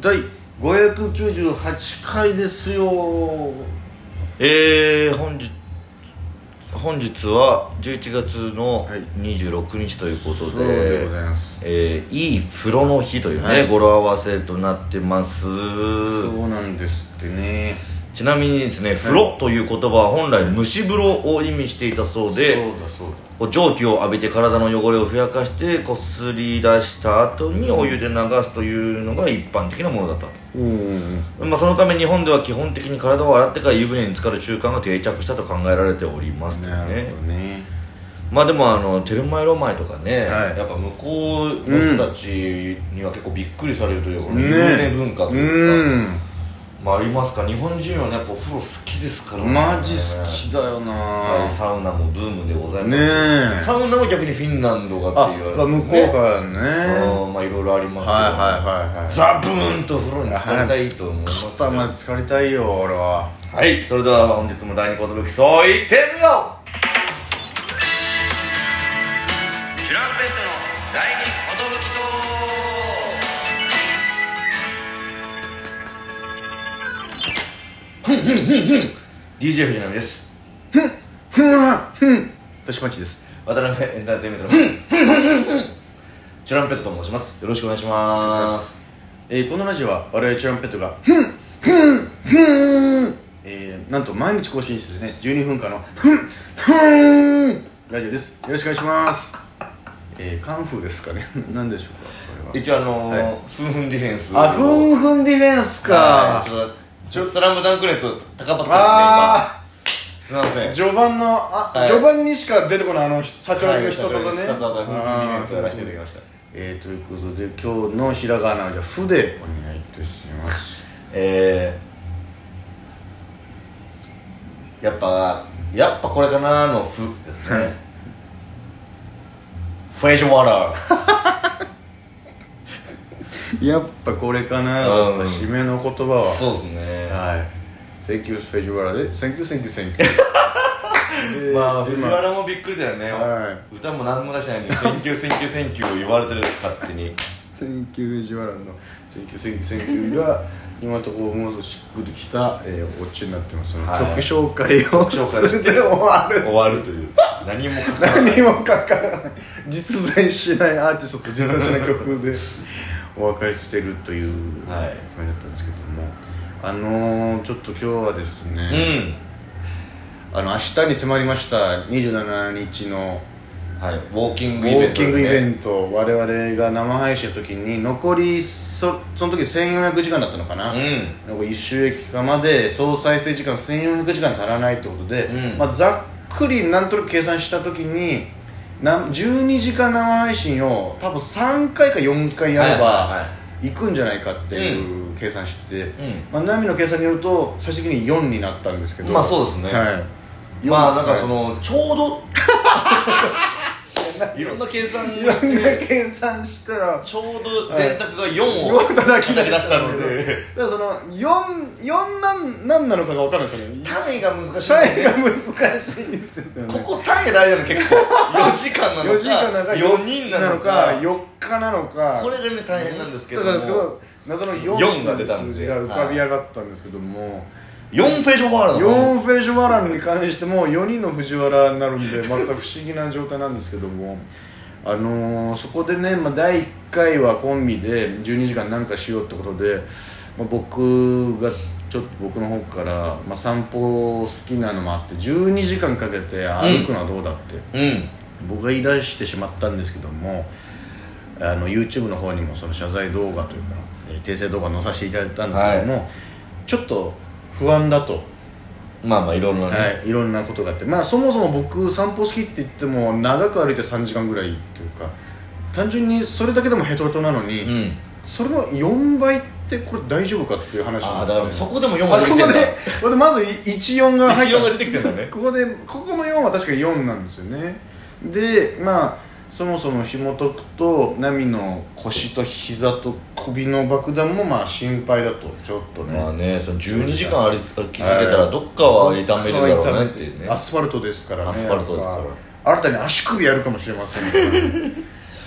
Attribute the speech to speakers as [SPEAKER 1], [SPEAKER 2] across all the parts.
[SPEAKER 1] 第598回ですよ
[SPEAKER 2] えー、本日本日は11月の
[SPEAKER 1] はい
[SPEAKER 2] 26日ということ
[SPEAKER 1] そ
[SPEAKER 2] で,、
[SPEAKER 1] う
[SPEAKER 2] い
[SPEAKER 1] でございます
[SPEAKER 2] えーいい風呂の日というね、
[SPEAKER 1] はい
[SPEAKER 2] 語呂合わせとなってます
[SPEAKER 1] そうなんですってね
[SPEAKER 2] ちなみにですね風呂という言葉は本来蒸し風呂を意味していたそうで、
[SPEAKER 1] そうだそうだ
[SPEAKER 2] こう蒸気を浴びて体の汚れをふやかしてこすり出した後にお湯で流すというのが一般的なものだったと
[SPEAKER 1] うん
[SPEAKER 2] まあ、そのため日本では基本的に体を洗ってから湯船に浸かる習慣が定着したと考えられておりますと
[SPEAKER 1] なる
[SPEAKER 2] ね
[SPEAKER 1] ほどね
[SPEAKER 2] まあでもあのテルマエロマエとかね、
[SPEAKER 1] はい
[SPEAKER 2] やっぱ向こうの人たちには結構びっくりされるというか、この湯船文化と
[SPEAKER 1] う
[SPEAKER 2] いうか、
[SPEAKER 1] ん
[SPEAKER 2] まあありますか日本人はねやっぱお風呂好きですからね
[SPEAKER 1] マジ好きだよな
[SPEAKER 2] さサウナもブームでございます
[SPEAKER 1] ねえ
[SPEAKER 2] サウナも逆にフィンランドがっ
[SPEAKER 1] あ
[SPEAKER 2] て言われて
[SPEAKER 1] 向こうからね
[SPEAKER 2] うんまあいろいろありますけど、
[SPEAKER 1] はいはいはいはい
[SPEAKER 2] ザブーンと風呂に浸かりたいと思いますよ
[SPEAKER 1] 肩まで浸かりたいよ俺は
[SPEAKER 2] はい、それでは本日も第2コートルキそういってみようチュランペットの第2コトルキそう DJ 藤波です
[SPEAKER 1] ふんはふん私マッチです
[SPEAKER 2] 渡辺エンターテインメントのチュランペットと申しますよろしくお願いします
[SPEAKER 1] えーこのラジオは我々チュランペットが「ふんふんふん」えー、なんと毎日更新してね12分間の「ふんふん」ラジオですよろしくお願いしますえー、カンフーですかね 何でしょうかこれ
[SPEAKER 2] 一応あのー
[SPEAKER 1] は
[SPEAKER 2] ふんふんディフェンス
[SPEAKER 1] はあふんふんディフェンス
[SPEAKER 2] は
[SPEAKER 1] か
[SPEAKER 2] いちょっとちょスラムダンク熱を高まってるんで今
[SPEAKER 1] あ
[SPEAKER 2] すいません
[SPEAKER 1] あ序盤のあ、
[SPEAKER 2] はい
[SPEAKER 1] 序盤にしか出てこないあの桜木の必殺技ね
[SPEAKER 2] 必殺技風
[SPEAKER 1] あー
[SPEAKER 2] ディフェンスをやらせていただきました
[SPEAKER 1] えー、ということで今日のひらがなはじゃあ「ふ」でお願いいたします
[SPEAKER 2] えー、やっぱやっぱこれかなの「ふ」です
[SPEAKER 1] はい
[SPEAKER 2] ねフレッシュワーター
[SPEAKER 1] やっぱこれかな
[SPEAKER 2] うん
[SPEAKER 1] 締めの言葉は
[SPEAKER 2] そうですね
[SPEAKER 1] はい。Thank you, フェジュワラで。Thank you, thank you, thank you.
[SPEAKER 2] まあ藤
[SPEAKER 1] ラ。
[SPEAKER 2] 原もびっくりだよね、
[SPEAKER 1] は
[SPEAKER 2] 歌も何も出してないのに「センキューセンキューセンキュー」を言われてる勝手に
[SPEAKER 1] Thank you, 藤原の Thank you, thank you, thank you が、今のところもうしっくりきた、えー、オチになってますので、
[SPEAKER 2] はい
[SPEAKER 1] 曲紹介を
[SPEAKER 2] 紹介を
[SPEAKER 1] そ
[SPEAKER 2] し
[SPEAKER 1] れ
[SPEAKER 2] て
[SPEAKER 1] で終わ る。
[SPEAKER 2] 終わるという何も書かない
[SPEAKER 1] 何もかからない。実在しないアーティストと実在しない曲 でお別れしてるという
[SPEAKER 2] はい
[SPEAKER 1] 決めだったんですけども、あのー、ちょっと今日はですね、
[SPEAKER 2] うん
[SPEAKER 1] あの明日に迫りました27日の
[SPEAKER 2] はいウォーキン
[SPEAKER 1] ウ
[SPEAKER 2] グイベ
[SPEAKER 1] ォー
[SPEAKER 2] ント
[SPEAKER 1] キング
[SPEAKER 2] です
[SPEAKER 1] イベ
[SPEAKER 2] ね
[SPEAKER 1] ント、我々が生配信の時に残りそその時1400時間だったのかな、
[SPEAKER 2] うん
[SPEAKER 1] なんか一収益化まで総再生時間1400時間足らないってことで、
[SPEAKER 2] うん
[SPEAKER 1] まあ、ざっくりなんとなく計算した時になん12時間生配信を多分3回か4回やれ
[SPEAKER 2] はいはいは
[SPEAKER 1] ば行くんじゃないかっていう計算して、まあ、ナミの計算によると最終的に4になったんですけど
[SPEAKER 2] まあそうですね
[SPEAKER 1] はい、
[SPEAKER 2] まあなんかそ
[SPEAKER 1] の
[SPEAKER 2] のちょう どいろんな計算
[SPEAKER 1] いろんな計算したら
[SPEAKER 2] ちょうど電卓が4を
[SPEAKER 1] はい
[SPEAKER 2] 叩き出したので
[SPEAKER 1] だからその 4, 4なんなんなのかが分かるんですよね
[SPEAKER 2] 単位が難しい
[SPEAKER 1] 単位が難しいんですよ
[SPEAKER 2] こ
[SPEAKER 1] ね
[SPEAKER 2] こ単位大事なの結構4 時間なの
[SPEAKER 1] 4時間なの
[SPEAKER 2] か
[SPEAKER 1] か
[SPEAKER 2] 4人なの
[SPEAKER 1] な
[SPEAKER 2] か
[SPEAKER 1] 4日なのか
[SPEAKER 2] これがね大変なんですけど
[SPEAKER 1] だからですけ
[SPEAKER 2] も
[SPEAKER 1] ど謎の
[SPEAKER 2] 四
[SPEAKER 1] 4
[SPEAKER 2] が
[SPEAKER 1] が
[SPEAKER 2] 出
[SPEAKER 1] 出
[SPEAKER 2] た
[SPEAKER 1] た
[SPEAKER 2] んで
[SPEAKER 1] 数字が浮かび上がったんですけども、
[SPEAKER 2] 4フェジョワールド
[SPEAKER 1] 4フェージュワランに関しても4人の藤原になるん でまた不思議な状態なんですけどもあのーそこでね、まあ、第1回はコンビで12時間なんかしようってことで、まあ、僕がちょっと僕の方から、まあ、散歩好きなのもあって12時間かけて歩くのはどうだって、
[SPEAKER 2] うん
[SPEAKER 1] 僕が言い出してしまったんですけどもあの YouTube の方にもその謝罪動画というか、えー訂正動画載させていただいたんですけども、ちょっと不安だと。
[SPEAKER 2] まあまあいろんなね
[SPEAKER 1] はい、いろんなことがあってまあそもそも僕散歩好きって言っても長く歩いて3時間ぐらいっていうか単純にそれだけでもヘトヘトなのに、
[SPEAKER 2] うん
[SPEAKER 1] それの4倍ってこれ大丈夫かっていう話
[SPEAKER 2] ああだからそ
[SPEAKER 1] こ
[SPEAKER 2] こでも4
[SPEAKER 1] あ
[SPEAKER 2] が
[SPEAKER 1] こ
[SPEAKER 2] 出て
[SPEAKER 1] こ
[SPEAKER 2] きてんだ
[SPEAKER 1] でこれまず14が入っ
[SPEAKER 2] 14
[SPEAKER 1] た
[SPEAKER 2] が出てきてんだね
[SPEAKER 1] ここでここの4は確か4なんですよねでまあそもそも紐解くとナミの腰と膝と首の爆弾もまあ心配だとちょっとね、
[SPEAKER 2] まあねその12時間歩き続けたらどっかは痛めるだろうねっていうね
[SPEAKER 1] アスファルトですからね
[SPEAKER 2] アスファルトですから
[SPEAKER 1] やっぱ新たに足首やるかもしれませんから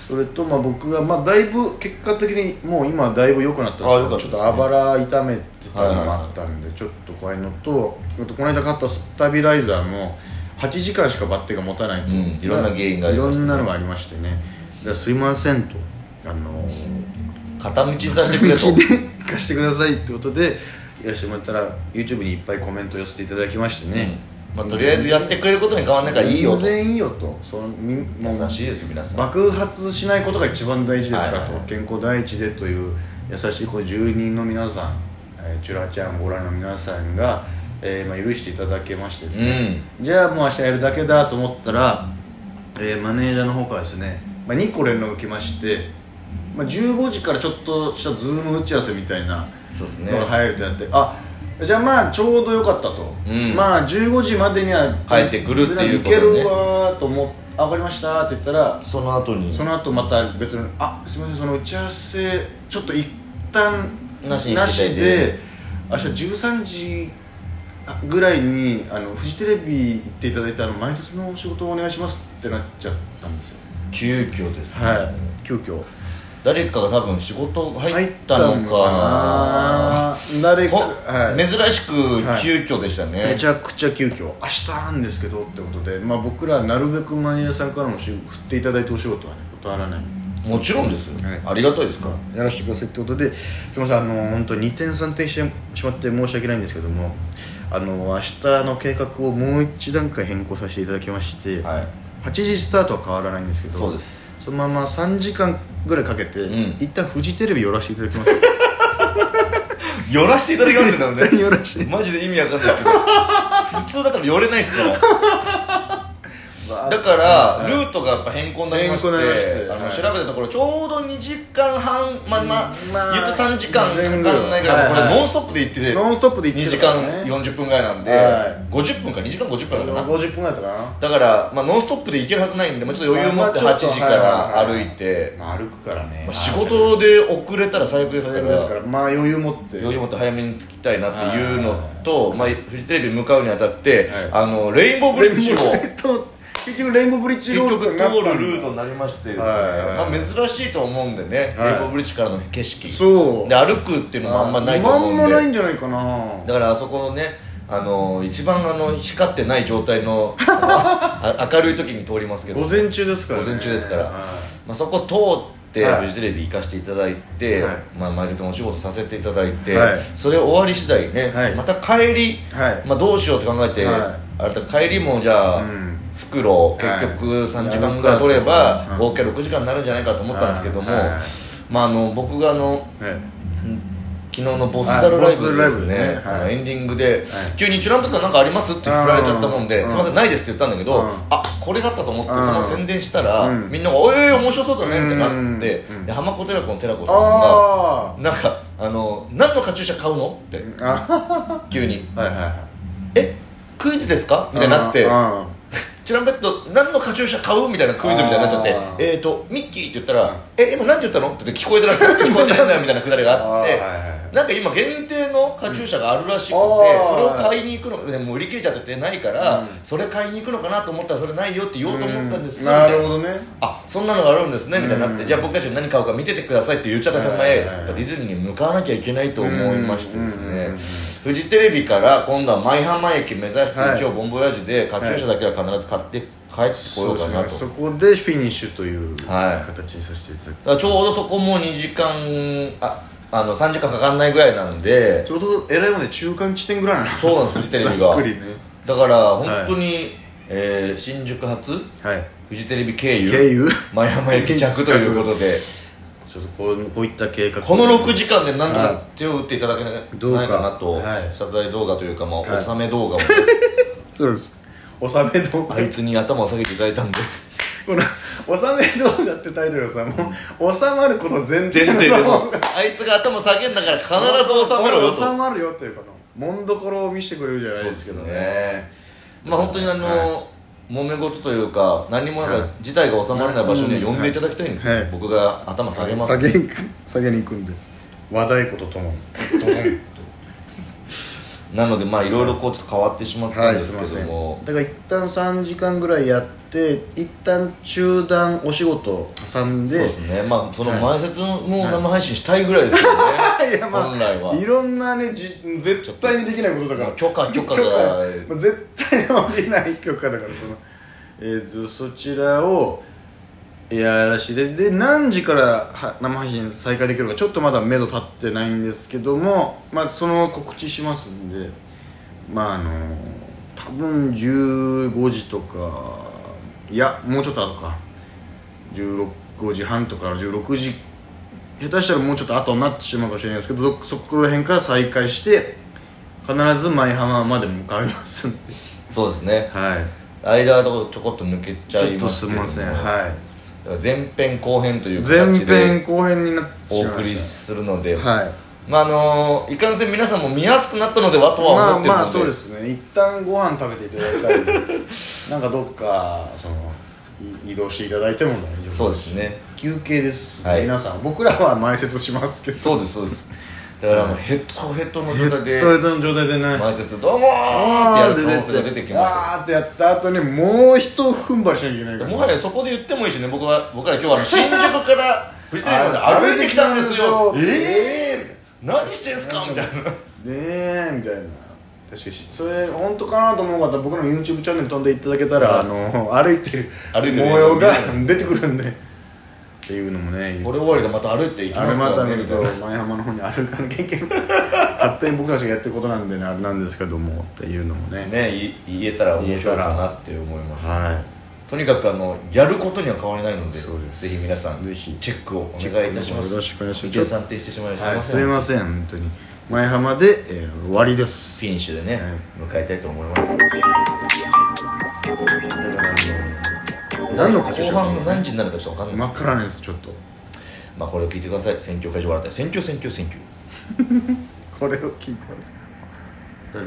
[SPEAKER 1] それとまあ僕が、まあ、だいぶ結果的にもう今はだいぶ良くなったんです
[SPEAKER 2] あ
[SPEAKER 1] け
[SPEAKER 2] 良か
[SPEAKER 1] ど
[SPEAKER 2] った
[SPEAKER 1] ちょ
[SPEAKER 2] で
[SPEAKER 1] っ
[SPEAKER 2] すね
[SPEAKER 1] とあばら痛めてたの
[SPEAKER 2] はいはい
[SPEAKER 1] が
[SPEAKER 2] はい
[SPEAKER 1] あったんでちょっと怖いのとあとこの間買ったスタビライザーも8時間しかバッテが持たないと、
[SPEAKER 2] うんいろんな原因がありました
[SPEAKER 1] いろ
[SPEAKER 2] ね
[SPEAKER 1] んなのがありましてねだからすいませんとあの
[SPEAKER 2] 片道にさせてくれと
[SPEAKER 1] 道で 行かしてくださいってことでやらせてもらったら YouTube にいっぱいコメント寄せていただきましてね、
[SPEAKER 2] まあ、とりあえずやってくれることに変わんないからいいよと
[SPEAKER 1] 全然いいよとそのみんもう
[SPEAKER 2] 優しいです皆さん
[SPEAKER 1] 爆発しないことが一番大事ですから
[SPEAKER 2] はい
[SPEAKER 1] と、
[SPEAKER 2] はいはい
[SPEAKER 1] 健康第一でという優しいこう住人の皆さん、えー、チュラチャンご覧の皆さんが、えーまあ、許していただけましてですね、じゃあもう明日やるだけだと思ったら、えーマネージャーの方からですね、まあ、2個連絡来まして、まあ、15時からちょっとしたズーム打ち合わせみたいな
[SPEAKER 2] そうですね
[SPEAKER 1] のが入るとやって、あじゃあまあちょうどよかったと、
[SPEAKER 2] うん
[SPEAKER 1] まあ15時までには
[SPEAKER 2] 帰ってくるっていうこと
[SPEAKER 1] け
[SPEAKER 2] でね
[SPEAKER 1] るわーと思ってあ分かりましたって言ったら
[SPEAKER 2] その後に
[SPEAKER 1] その後また別の「あすみませんその打ち合わせちょっと一旦
[SPEAKER 2] なしにしていただいて
[SPEAKER 1] で明日13時ぐらいにあのフジテレビ行っていただいたあの前説の仕事をお願いします」ってなっちゃったんですよ
[SPEAKER 2] 急遽ですね、
[SPEAKER 1] はい急遽
[SPEAKER 2] 誰かが多分仕事入ったのか
[SPEAKER 1] 入ったのかな誰か、
[SPEAKER 2] こ
[SPEAKER 1] はい、
[SPEAKER 2] 珍しく
[SPEAKER 1] はい
[SPEAKER 2] 急遽でしたね、
[SPEAKER 1] めちゃくちゃ急遽明日なんですけどってことで、まあ、僕らなるべくマネージャーさんからもし振っていただいたお仕事はね断らない
[SPEAKER 2] もちろんですよ、
[SPEAKER 1] はい
[SPEAKER 2] ありがたいですから
[SPEAKER 1] やらせてくださいってことですみませんあの本当二点三点してしまって申し訳ないんですけどもあの明日の計画をもう一段階変更させていただきまして、
[SPEAKER 2] はい
[SPEAKER 1] 8時スタートは変わらないんですけど
[SPEAKER 2] そうです
[SPEAKER 1] そのまま3時間ぐらいかけて、
[SPEAKER 2] ん
[SPEAKER 1] 一旦フジテレビ寄らせていただきます
[SPEAKER 2] 寄らせていただきますよ多
[SPEAKER 1] 絶
[SPEAKER 2] 分
[SPEAKER 1] 対
[SPEAKER 2] ね
[SPEAKER 1] 寄らせて
[SPEAKER 2] マジで意味わかんないですけど 普通だから寄れないですからだからルートがやっぱ変更になりまして
[SPEAKER 1] 変更になりまして
[SPEAKER 2] あの
[SPEAKER 1] はい
[SPEAKER 2] 調べたところちょうど2時間半まあまあ
[SPEAKER 1] まあ
[SPEAKER 2] 言って3時間かかんないぐら
[SPEAKER 1] は
[SPEAKER 2] い
[SPEAKER 1] いはい
[SPEAKER 2] これノンストップで行ってて
[SPEAKER 1] ノンストップで行
[SPEAKER 2] 2
[SPEAKER 1] って
[SPEAKER 2] 時
[SPEAKER 1] たから
[SPEAKER 2] 間
[SPEAKER 1] ね
[SPEAKER 2] 40分ぐらいなんで
[SPEAKER 1] は
[SPEAKER 2] 50分か2時間50分だったかな
[SPEAKER 1] 50分ぐらいだったか
[SPEAKER 2] だからまあノンストップで行けるはずないんでまあちょっと余裕持って
[SPEAKER 1] まあま
[SPEAKER 2] 8
[SPEAKER 1] あちょっと
[SPEAKER 2] 時から
[SPEAKER 1] はいはいは
[SPEAKER 2] 歩
[SPEAKER 1] い
[SPEAKER 2] いて
[SPEAKER 1] な、まあ、歩くからね
[SPEAKER 2] まあ仕事で遅れたら最悪です
[SPEAKER 1] そ
[SPEAKER 2] か
[SPEAKER 1] れですかららまあ余裕持って
[SPEAKER 2] 余裕持って早めに着きたいなっていうのとまあフジテレビ向かうにあたってあのレインボーブリッジを
[SPEAKER 1] 結局レインボーブリッジ
[SPEAKER 2] 結
[SPEAKER 1] ロー
[SPEAKER 2] 局
[SPEAKER 1] ド
[SPEAKER 2] 通
[SPEAKER 1] に
[SPEAKER 2] る
[SPEAKER 1] なったんだ
[SPEAKER 2] ルートになりましてですね、
[SPEAKER 1] はいはいはい
[SPEAKER 2] まあ、珍しいと思うんでね、
[SPEAKER 1] はい
[SPEAKER 2] レインボーブリッジからの景色
[SPEAKER 1] そう
[SPEAKER 2] で歩くっていうのもあんまないと思うんで
[SPEAKER 1] まんまないんじゃないかな
[SPEAKER 2] だからあそこのねあの一番あの光ってない状態のあ明るい時に通りますけど
[SPEAKER 1] 午前中ですから、ね、
[SPEAKER 2] 午前中ですから、
[SPEAKER 1] はい
[SPEAKER 2] まあ、そこ通って、
[SPEAKER 1] はい
[SPEAKER 2] フジテレビ行かせていただいて、
[SPEAKER 1] はい
[SPEAKER 2] まあ、前日もお仕事させていただいて、
[SPEAKER 1] はい
[SPEAKER 2] それ終わり次第ね、
[SPEAKER 1] はい
[SPEAKER 2] また帰り、
[SPEAKER 1] はい
[SPEAKER 2] まあ、どうしようって考えて、
[SPEAKER 1] は
[SPEAKER 2] あれだ帰りもじゃ
[SPEAKER 1] う
[SPEAKER 2] あ、
[SPEAKER 1] ん
[SPEAKER 2] 袋を結
[SPEAKER 1] はい
[SPEAKER 2] 局3時間ぐらい取れば、
[SPEAKER 1] うん
[SPEAKER 2] 合計6時間になるんじゃないかと思ったんですけども、
[SPEAKER 1] はいはい
[SPEAKER 2] まあ、あの僕があの
[SPEAKER 1] はい
[SPEAKER 2] 昨日のボスザルラ
[SPEAKER 1] は
[SPEAKER 2] イブ
[SPEAKER 1] いボス
[SPEAKER 2] です
[SPEAKER 1] ザルラ
[SPEAKER 2] ね
[SPEAKER 1] イブねはい
[SPEAKER 2] あのエンディングで、急に「チュランプさんなんかあります?」って振られちゃったもんで「
[SPEAKER 1] うん
[SPEAKER 2] すいませんないです」って言ったんだけど、
[SPEAKER 1] うん
[SPEAKER 2] あこれだったと思って
[SPEAKER 1] うん
[SPEAKER 2] その宣伝したら、
[SPEAKER 1] うん
[SPEAKER 2] みんなが「おいおい面白そうだね」ってな
[SPEAKER 1] うん
[SPEAKER 2] って、
[SPEAKER 1] うん
[SPEAKER 2] で浜子寺子の寺子さんが
[SPEAKER 1] あ
[SPEAKER 2] 「なんかあの何のカチューシャ買うの?」って
[SPEAKER 1] ーあ
[SPEAKER 2] 急に
[SPEAKER 1] はいはいは
[SPEAKER 2] 「えクイズですか?」
[SPEAKER 1] い
[SPEAKER 2] みたいになって
[SPEAKER 1] うんうん
[SPEAKER 2] 「チュランペット何のカチューシャ買う?」みたいなクイズみたいになっちゃって
[SPEAKER 1] あー
[SPEAKER 2] 「えっ、ー、とミッキー」って言ったら「え今何て言ったの?」って言って聞こえてなくて「聞こえてないんだよ」みたいなくだり
[SPEAKER 1] あ
[SPEAKER 2] があ
[SPEAKER 1] ー
[SPEAKER 2] って。
[SPEAKER 1] はいはい
[SPEAKER 2] なんか今限定のカチューシャがあるらしくて、
[SPEAKER 1] うんあー
[SPEAKER 2] それを買いに行くのでも売り切れちゃっててないから、
[SPEAKER 1] うん
[SPEAKER 2] それ買いに行くのかなと思ったらそれないよって言おうと思ったんです、
[SPEAKER 1] う
[SPEAKER 2] みた
[SPEAKER 1] ないるほ
[SPEAKER 2] な
[SPEAKER 1] どね
[SPEAKER 2] あそんなのがあるんですねみたいになって、
[SPEAKER 1] うん
[SPEAKER 2] じゃあ僕たちに何買うか見ててくださいって言っちゃったため、
[SPEAKER 1] はいはいはい
[SPEAKER 2] やっぱディズニーに向かわなきゃいけないと思いましてです
[SPEAKER 1] うんうん
[SPEAKER 2] ね、
[SPEAKER 1] うん
[SPEAKER 2] フジテレビから今度は舞浜駅目指して、
[SPEAKER 1] はい
[SPEAKER 2] 一応ボンボヤージュでカチューシャだけは必ず買って帰ってこようかなと、
[SPEAKER 1] そこでフィニッシュという
[SPEAKER 2] はい
[SPEAKER 1] 形にさせていただく、
[SPEAKER 2] だからちょうどそこも2時間ああの3時間かかんないぐらいなんで
[SPEAKER 1] ちょうどえらいもんで中間地点ぐらいなの
[SPEAKER 2] そうなんですフジテレビが
[SPEAKER 1] ざっくりね
[SPEAKER 2] だから本当に、えー新宿発
[SPEAKER 1] はい
[SPEAKER 2] フジテレビ経由
[SPEAKER 1] 経由
[SPEAKER 2] 前浜駅着ということで
[SPEAKER 1] ちょっとこうこういった計画
[SPEAKER 2] この6時間で何と
[SPEAKER 1] はい
[SPEAKER 2] か手を打っていただけない
[SPEAKER 1] どうか
[SPEAKER 2] ないかなと、
[SPEAKER 1] はい
[SPEAKER 2] 謝罪動画というか、まあ
[SPEAKER 1] はい
[SPEAKER 2] 納め動画を
[SPEAKER 1] そうです納め動画
[SPEAKER 2] あいつに頭を下げていただいたんで
[SPEAKER 1] この「納め動画」ってタイトルがさもう収まること前提
[SPEAKER 2] 全
[SPEAKER 1] の
[SPEAKER 2] 然でもあいつが頭下げんだから必ず納めろよと
[SPEAKER 1] 収まるよっていうかのもんどころを見せてくれるじゃないですけど
[SPEAKER 2] そう
[SPEAKER 1] ね
[SPEAKER 2] ですねまあ本当にあの、
[SPEAKER 1] は
[SPEAKER 2] 揉め事というか何もなんか事態が収まらない場所には呼んでいただきたいんですけど、
[SPEAKER 1] はい
[SPEAKER 2] 僕が頭下げます、
[SPEAKER 1] 下げに行く下げに行くんで和太鼓とともにドドン
[SPEAKER 2] なのでまあいろいろこうちょっと変わってしまったんですけども、
[SPEAKER 1] だから一旦3時間ぐらいやっって一旦中断お仕事挟ん
[SPEAKER 2] そう
[SPEAKER 1] で
[SPEAKER 2] ですねまあその
[SPEAKER 1] はい
[SPEAKER 2] 前説も生配信したいぐらいですけどね、
[SPEAKER 1] い やまあ
[SPEAKER 2] 本来はい
[SPEAKER 1] ろんなねじ絶対にできないことだから
[SPEAKER 2] もう許可許可が
[SPEAKER 1] まあ絶対に降りない許可だからその、えー、とそちらをやらしてで何時からは生配信再開できるかちょっとまだ目処立ってないんですけども、まあ、その告知しますんでまああの多分15時とかいやもうちょっと後か16時半とか16時下手したらもうちょっと後になってしまうかもしれないですけどどそこら辺から再開して必ず舞浜まで向かいますんで
[SPEAKER 2] そうですね
[SPEAKER 1] はい
[SPEAKER 2] 間はどこちょこっと抜けち
[SPEAKER 1] ち
[SPEAKER 2] ゃ
[SPEAKER 1] ょ
[SPEAKER 2] い
[SPEAKER 1] っ
[SPEAKER 2] ま
[SPEAKER 1] と
[SPEAKER 2] す
[SPEAKER 1] す
[SPEAKER 2] け
[SPEAKER 1] み
[SPEAKER 2] ど
[SPEAKER 1] ま
[SPEAKER 2] も
[SPEAKER 1] せんは
[SPEAKER 2] だから前編後編とい
[SPEAKER 1] いう前
[SPEAKER 2] 形
[SPEAKER 1] 編
[SPEAKER 2] で
[SPEAKER 1] 後編になって
[SPEAKER 2] お
[SPEAKER 1] しまい
[SPEAKER 2] 送
[SPEAKER 1] ま
[SPEAKER 2] り
[SPEAKER 1] し
[SPEAKER 2] するので、
[SPEAKER 1] たはい
[SPEAKER 2] まああのーいかんせん皆さんも見やすくなったのではとは
[SPEAKER 1] ま
[SPEAKER 2] 思
[SPEAKER 1] あ
[SPEAKER 2] ってるので、
[SPEAKER 1] まあそうですね一旦ご飯食べていただいたり なんかどっかそのい移動していただいても大丈夫
[SPEAKER 2] そうですね
[SPEAKER 1] 休憩です、
[SPEAKER 2] はい
[SPEAKER 1] 皆さん僕らは前説しますけど
[SPEAKER 2] そうですそうですだからもうヘッドヘッドの状態で
[SPEAKER 1] トイレの状態でね
[SPEAKER 2] 前説どうもーってやる可能性が出てきました
[SPEAKER 1] あーってやった後にもう一踏ん張りしなきゃいけないから
[SPEAKER 2] もはやそこで言ってもいいしね僕は僕ら今日はあの新宿からフジテレビまで歩いてきたんですよ
[SPEAKER 1] 歩いてきたんですよ
[SPEAKER 2] ええー、何してんすかみたいな
[SPEAKER 1] ねえみたいな確かにそれ本当かなと思う方は僕の YouTube チャンネル飛んでいただけたら、あの歩いてる
[SPEAKER 2] 歩いてる
[SPEAKER 1] 模様が
[SPEAKER 2] 映像
[SPEAKER 1] 出てくるんでっていうのもね
[SPEAKER 2] これ終わりでまた歩いていき
[SPEAKER 1] あ
[SPEAKER 2] ま
[SPEAKER 1] れ
[SPEAKER 2] すか
[SPEAKER 1] また
[SPEAKER 2] らね
[SPEAKER 1] 見る
[SPEAKER 2] みた
[SPEAKER 1] と
[SPEAKER 2] いな
[SPEAKER 1] 前浜の方に歩かなきゃいけない勝手に僕たちがやってることなんでねあれなんですけどもっていうのもね
[SPEAKER 2] ねい言えたら面白いかなって思います
[SPEAKER 1] は
[SPEAKER 2] とにかくあのやることには変わりないので
[SPEAKER 1] そうです
[SPEAKER 2] ぜひ皆さん
[SPEAKER 1] ぜひ
[SPEAKER 2] チェックをお願いいたします
[SPEAKER 1] よろしくお願いします
[SPEAKER 2] 意見算定してしまい
[SPEAKER 1] い、
[SPEAKER 2] す
[SPEAKER 1] はい、す
[SPEAKER 2] み
[SPEAKER 1] い
[SPEAKER 2] ま
[SPEAKER 1] ません本当に前浜で、えー終わりです
[SPEAKER 2] せんフィニッシュでね、
[SPEAKER 1] はい
[SPEAKER 2] 迎えたいと思いますだからあ
[SPEAKER 1] 何
[SPEAKER 2] の
[SPEAKER 1] の課長
[SPEAKER 2] 後半が何時になるかちょっと分かん
[SPEAKER 1] 真
[SPEAKER 2] な
[SPEAKER 1] っ
[SPEAKER 2] いです
[SPEAKER 1] からないですちょっと
[SPEAKER 2] まあこれを聞いてください選挙フェジョ笑った選挙選挙選挙
[SPEAKER 1] これを聞いてほしい誰